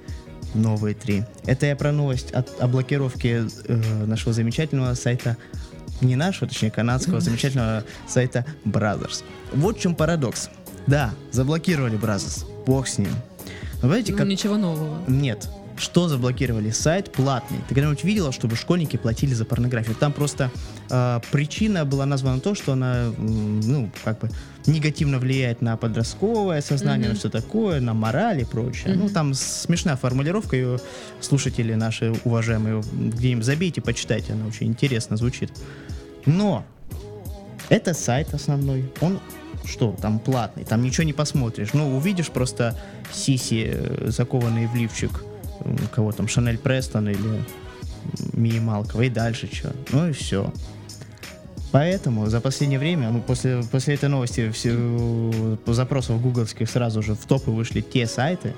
новые три. Это я про новость от, о блокировке э, нашего замечательного сайта не нашего, точнее, канадского а замечательного сайта Brothers. Вот в чем парадокс. Да, заблокировали Brothers. Бог с ним. Но знаете, Ну, как... ничего нового. Нет. Что заблокировали? Сайт платный. Ты когда-нибудь видела, чтобы школьники платили за порнографию? Там просто э, причина была названа то, что она, м, ну, как бы негативно влияет на подростковое сознание, на Мгм. все такое, на мораль и прочее. Ну, Мгм. там смешная формулировка, ее слушатели наши уважаемые, где-нибудь забейте, почитайте, она очень интересно звучит. Но это сайт основной. Он что, там платный, там ничего не посмотришь. Ну, увидишь просто сиси, э, закованные в лифчик, м, кого там, Шанель Престон или Мии Малкова, и дальше что. Ну и все. Поэтому за последнее время, ну, после, после этой новости все э, по запросов гугловских сразу же в топы вышли те сайты.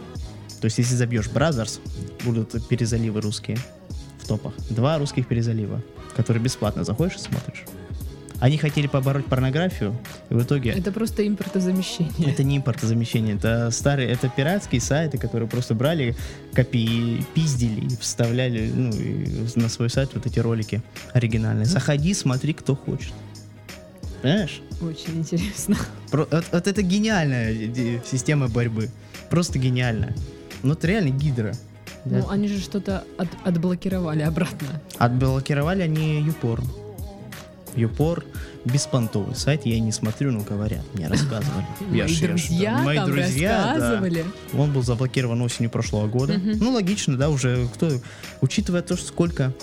То есть, если забьешь Brothers, будут перезаливы русские в топах. Два русских перезалива, которые бесплатно заходишь и смотришь. Они хотели побороть порнографию, и в итоге Это просто импортозамещение. это не импортозамещение, это старые, это пиратские сайты, которые просто брали копии, пиздили и вставляли ну, и на свой сайт вот эти ролики оригинальные. Заходи, смотри, кто хочет. Понимаешь? Очень интересно. Про- вот, вот это гениальная э, система борьбы. Просто гениальная. Ну, это реально гидра. Да. Ну, а они же что-то от- отблокировали обратно. Отблокировали они Юпор. Юпор беспонтовый сайт, я и не смотрю, но говорят, мне рассказывали. Я Мои ж- я ж- друзья мои там друзья, да. рассказывали. Он был заблокирован осенью прошлого года. Мгм. Ну, логично, да, уже кто... Учитывая то, что сколько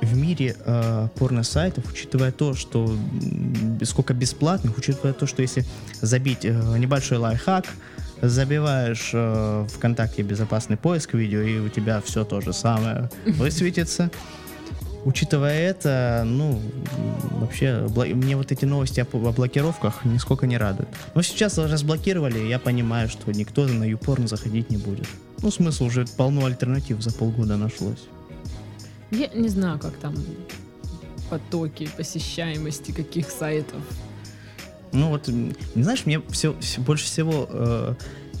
в мире э, порно-сайтов, учитывая то, что м, сколько бесплатных, учитывая то, что если забить э, небольшой лайфхак, забиваешь э, ВКонтакте безопасный поиск видео, и у тебя все то же самое высветится. Учитывая это, ну, м, вообще, бла- мне вот эти новости о, п- о блокировках нисколько не радуют. Но сейчас разблокировали, и я понимаю, что никто на Юпорн заходить не будет. Ну, смысл уже полно альтернатив за полгода нашлось. Я не знаю, как там потоки посещаемости каких сайтов. Ну вот, м, знаешь, мне все, больше всего, э,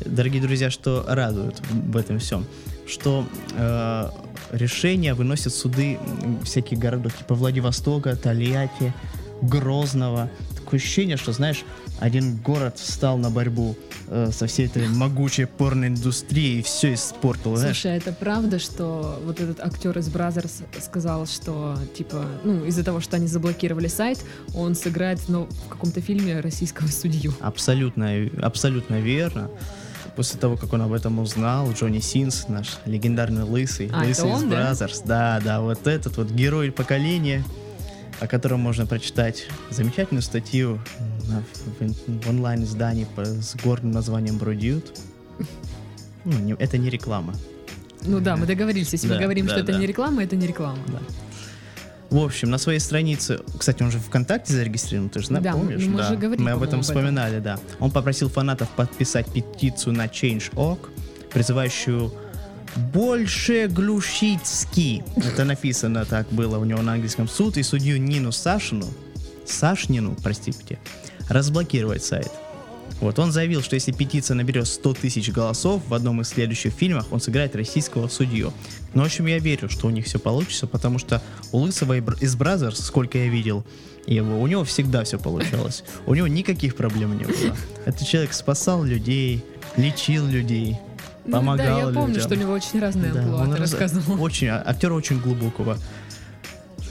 дорогие друзья, что радует в этом всем, что э, решения выносят суды м, всяких городов, типа Владивостока, Тольятти, Грозного. Такое ощущение, что, знаешь, один город встал на борьбу э, со всей этой могучей порноиндустрией и все испортил, знаешь. Слушай, а это правда, что вот этот актер из Бразерс сказал, что типа, ну, из-за того, что они заблокировали сайт, он сыграет ну, в каком-то фильме российского судью. Абсолютно, абсолютно верно. После того, как он об этом узнал, Джонни Синс, наш легендарный лысый, А, это лысый из он, да? Brothers, да, да, вот этот вот герой поколения, о котором можно прочитать замечательную статью на- в, ин- в онлайн-издании по- с горным названием «Брудют». Ну, не- это не реклама. Ну да, мы договорились, если мы Да, говорим, да, что это да. не реклама, это не реклама. Да. В общем, на своей странице, кстати, он же ВКонтакте зарегистрирован, ты же зна- Да, мы- помнишь? мы да. же говорили, мы об по-моему, этом об этом. вспоминали, да. Он попросил фанатов подписать петицию на Change.org, призывающую больше глушицки. Это написано так было у него на английском суд, и судью Нину Сашину, Сашнину, простите, разблокировать сайт. Вот он заявил, что если петиция наберет 100 тысяч голосов в одном из следующих фильмах, он сыграет российского судью. Но, в общем, я верю, что у них все получится, потому что у Лысого и Бр- из Бразерс, сколько я видел его, у него всегда все получалось. У него никаких проблем не было. Этот человек спасал людей, лечил людей, Ну помогал да, я людям. помню, что у него очень разные Да, амплуа, он ты раз- рассказывал. Очень, а- актер очень глубокого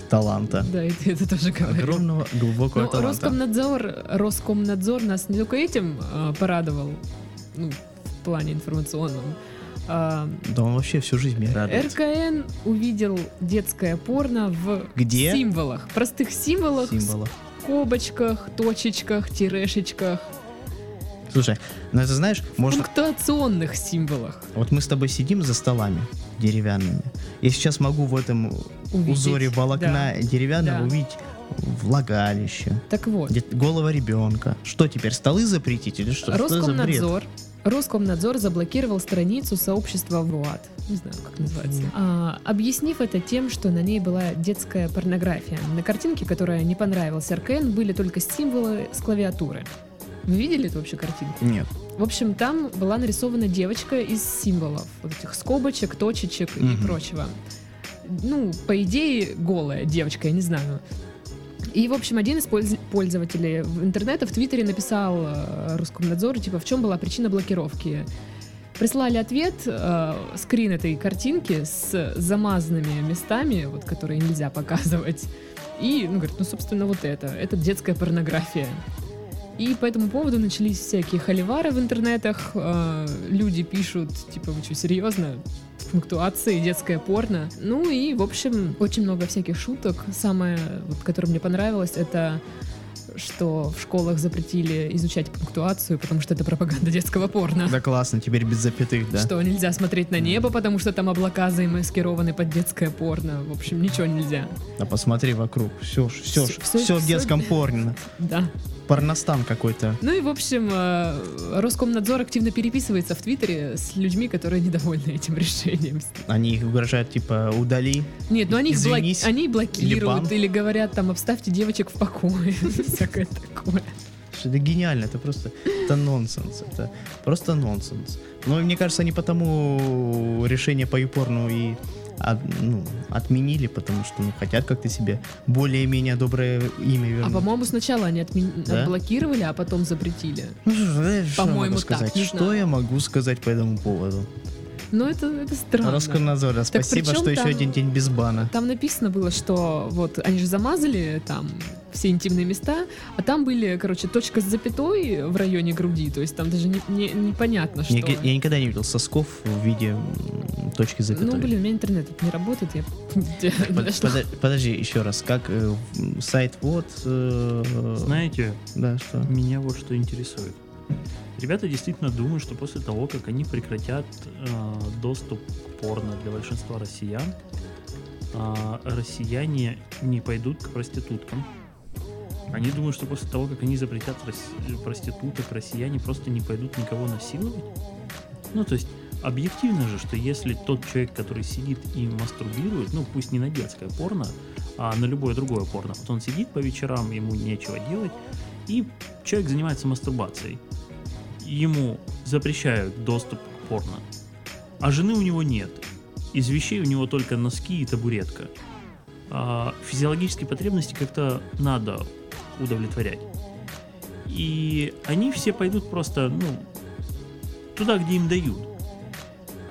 таланта. Да, и ты это тоже говорил. Огромного глубокого Ну, таланта. Роскомнадзор, Роскомнадзор нас не только этим э, порадовал, ну, в плане информационном. А, Да он вообще всю жизнь меня радует. РКН увидел детское порно в Где? символах, простых символах, Символов. скобочках, точечках, тирешечках, Слушай, ну это знаешь, можно... пунктуационных символах. Вот мы с тобой сидим за столами деревянными. Я сейчас могу в этом Увидеть, узоре волокна да. деревянного Да. увидеть влагалище, Так вот, де- голова ребенка. Что теперь, столы запретить или что? Что за бред? Роскомнадзор Роскомнадзор заблокировал страницу сообщества ВРУАД, не знаю, как называется, А, объяснив это тем, что на ней была детская порнография. На картинке, которая не понравилась Аркен, были только символы с клавиатуры. Вы видели эту вообще картинку? Нет. В общем, там была нарисована девочка из символов, вот этих скобочек, точечек и Мгм. прочего. Ну, по идее, голая девочка, я не знаю. И, в общем, один из польз- пользователей в интернета в Твиттере написал э, Роскомнадзору, типа, в чем была причина блокировки. Прислали ответ, э, скрин этой картинки с замазанными местами, вот, которые нельзя показывать. И, ну, говорит, ну, собственно, вот это. Это детская порнография. И по этому поводу начались всякие холивары в интернетах. э, Люди пишут, типа, вы что, серьезно? пунктуации, детское порно. Ну и, в общем, очень много всяких шуток. Самое, вот, которое мне понравилось, это что в школах запретили изучать пунктуацию, потому что это пропаганда детского порно. Да классно, теперь без запятых, да? Что нельзя смотреть на небо, потому что там облака замаскированы под детское порно. В общем, ничего нельзя. Да посмотри вокруг, все, все, Всё- все, всё- в всё- детском порно. Да. Порностан какой-то. Ну и, в общем, э, Роскомнадзор активно переписывается в Твиттере с людьми, которые недовольны этим решением. Они их угрожают, типа, удали. Нет, ну они, их блок- Извинись. они блокируют бан. или, говорят там, обставьте девочек в покое. [laughs] Всякое такое. Это гениально, это просто... Это нонсенс, это просто нонсенс. Но мне кажется, они потому решение по юпорну и от- ну, отменили, потому что ну, хотят как-то себе более-менее доброе имя А вернуть. по-моему, сначала они отмен- Да? отблокировали, а потом запретили. Ну, что я- что я могу по-моему, так, сказать? не Что знаю. я могу сказать по этому поводу? Но это, это странно. Роскомнадзора, Так спасибо, причем что еще там- один день без бана. Там написано было, что вот они же замазали там все интимные места, а там были, короче, точка с запятой в районе груди, то есть там даже не- не- непонятно, что. Я, г- я никогда не видел сосков в виде м, точки запятой. Ну, блин, у меня интернет тут не работает, [laughs] я Под- нашла. подо- подожди, еще раз, как э, м, сайт вот... э, Знаете, Да, что? Меня вот что интересует. Ребята действительно думают, что после того, как они прекратят э, доступ к порно для большинства россиян, а, россияне не пойдут к проституткам. Они думают, что после того, как они запретят рос- проституток, россияне просто не пойдут никого насиловать. Ну, то есть, объективно же, что если тот человек, который сидит и мастурбирует, ну, пусть не на детское порно, а на любое другое порно, вот он сидит по вечерам, ему нечего делать, и человек занимается мастурбацией. Ему запрещают доступ к порно. А жены у него нет. Из вещей у него только носки и табуретка. А физиологические потребности как-то надо удовлетворять. И они все пойдут просто, ну, туда, где им дают.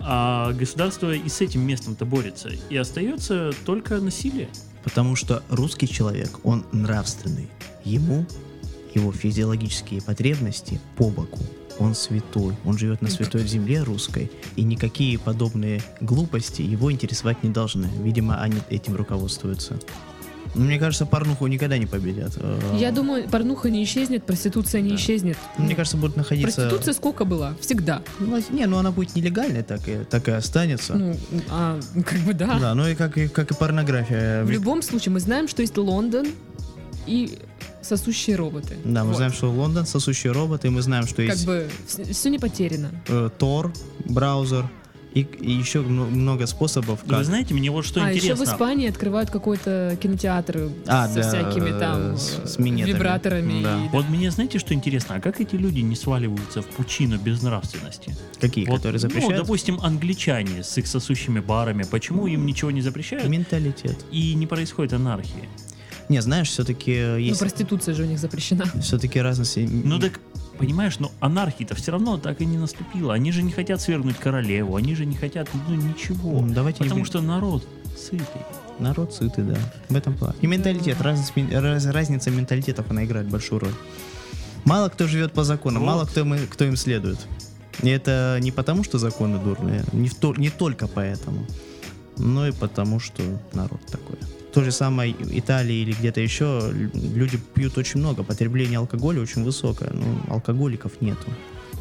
А государство и с этим местом-то борется. И остается только насилие. Потому что русский человек, он нравственный. Ему его физиологические потребности по боку. Он святой, он живет на святой земле русской, и никакие подобные глупости его интересовать не должны. Видимо, они этим руководствуются. Ну, Мне кажется, порнуху никогда не победят. Э, Я думаю, порнуха не исчезнет, проституция не Да. исчезнет. Мне кажется, будут находиться... Проституция сколько была? Всегда. Ну, Не, ну она будет нелегальной, так и, так и останется. Ну, а, как бы да. Да, ну и как, и как и порнография. В любом случае, мы знаем, что есть Лондон и сосущие роботы. Да, мы Вот. знаем, что Лондон сосущий робот, и мы знаем, что Как есть бы все не потеряно. э, Tor, браузер, и, и еще мно- много способов. Вы как- знаете, мне вот что а еще в интересно. Испании открывают какой-то кинотеатр А, со да, всякими э, там э, с- с минетами. вибраторами. Да. и- Вот мне знаете, что интересно, а как эти люди не сваливаются в пучину безнравственности? Какие, Вот, которые Ну, запрещают? допустим, англичане с их сосущими барами, почему им ничего не запрещают Менталитет. и не происходит анархии? Не, знаешь, все-таки Ну, есть... проституция же у них запрещена. Все-таки разности. Ну так, понимаешь, но анархии-то все равно так и не наступила. Они же не хотят свергнуть королеву, они же не хотят, ну, ничего. М, давайте не Потому будем- что народ сытый. Народ сытый, да. В этом плане. И менталитет. разность мен- раз- разница менталитетов, она играет большую роль. Мало кто живет по законам, Вот. мало кто, им- кто им следует. И это не потому, что законы дурные, не, в то- не только поэтому, но и потому, что народ такой. То же самое в Италии или где-то еще лю- люди пьют очень много, потребление алкоголя очень высокое, но алкоголиков нету.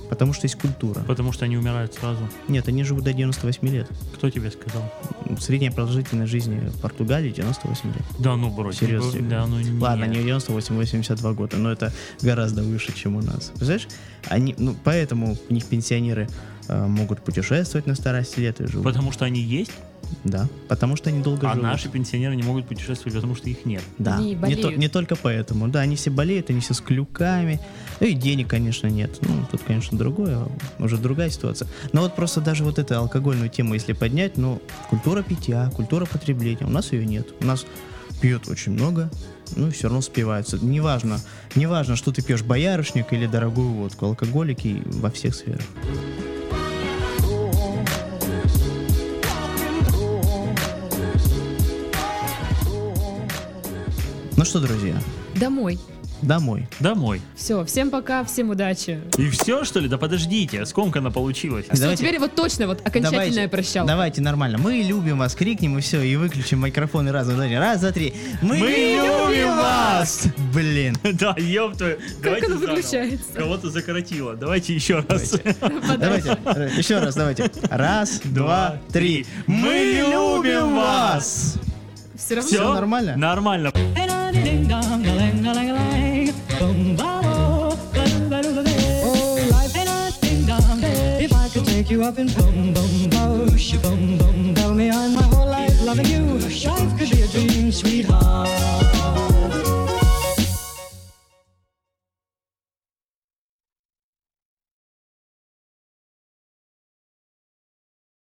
Потому что есть культура. Потому что они умирают сразу. Нет, они живут до 98 лет. Кто тебе сказал? Средняя продолжительность жизни в Португалии 98 лет. Да ну брось. не Серьезно? бо- Да ну не. Ладно, не 98, 82 года, но это гораздо выше, чем у нас. Представляешь, они, ну, поэтому у них пенсионеры э, могут путешествовать на старости лет и живут. Потому что они есть, Да, потому что они долго а живут. наши пенсионеры не могут путешествовать, потому что их нет. Да. Они не, то- болеют. не только поэтому. Да, они все болеют, они все с клюками. Ну и денег, конечно, нет. Ну, тут, конечно, другое, уже другая ситуация. Но вот просто даже вот эту алкогольную тему, если поднять, ну, культура питья, культура потребления, у нас ее нет. У нас пьет очень много, ну, все равно спиваются. Неважно, неважно, что ты пьешь, боярышник или дорогую водку, алкоголики во всех сферах. Ну что, друзья, Домой. домой. Домой. Все, всем пока, всем удачи. И все, что ли? Да подождите, скомкано получилось. [laughs] Всё, Давайте- теперь вот точно вот окончательная Давайте- прощалка. Давайте нормально. Мы любим вас, крикнем и все, и выключим микрофоны раз, два, три. раз, два, три. Мы, Мы любим вас! Блин. Да, ёб твою. Давайте оно заново. выключается? Кого-то закоротило. Давайте еще раз. Давайте, еще раз, давайте. Раз, два, три. Мы любим Все равно. Всё? Всё нормально? Нормально. Oh, life ain't a ding dong. If I could take you up in boom boom bosh, boom boom, tell me I'm my whole life loving you. Life could be a dream, sweetheart.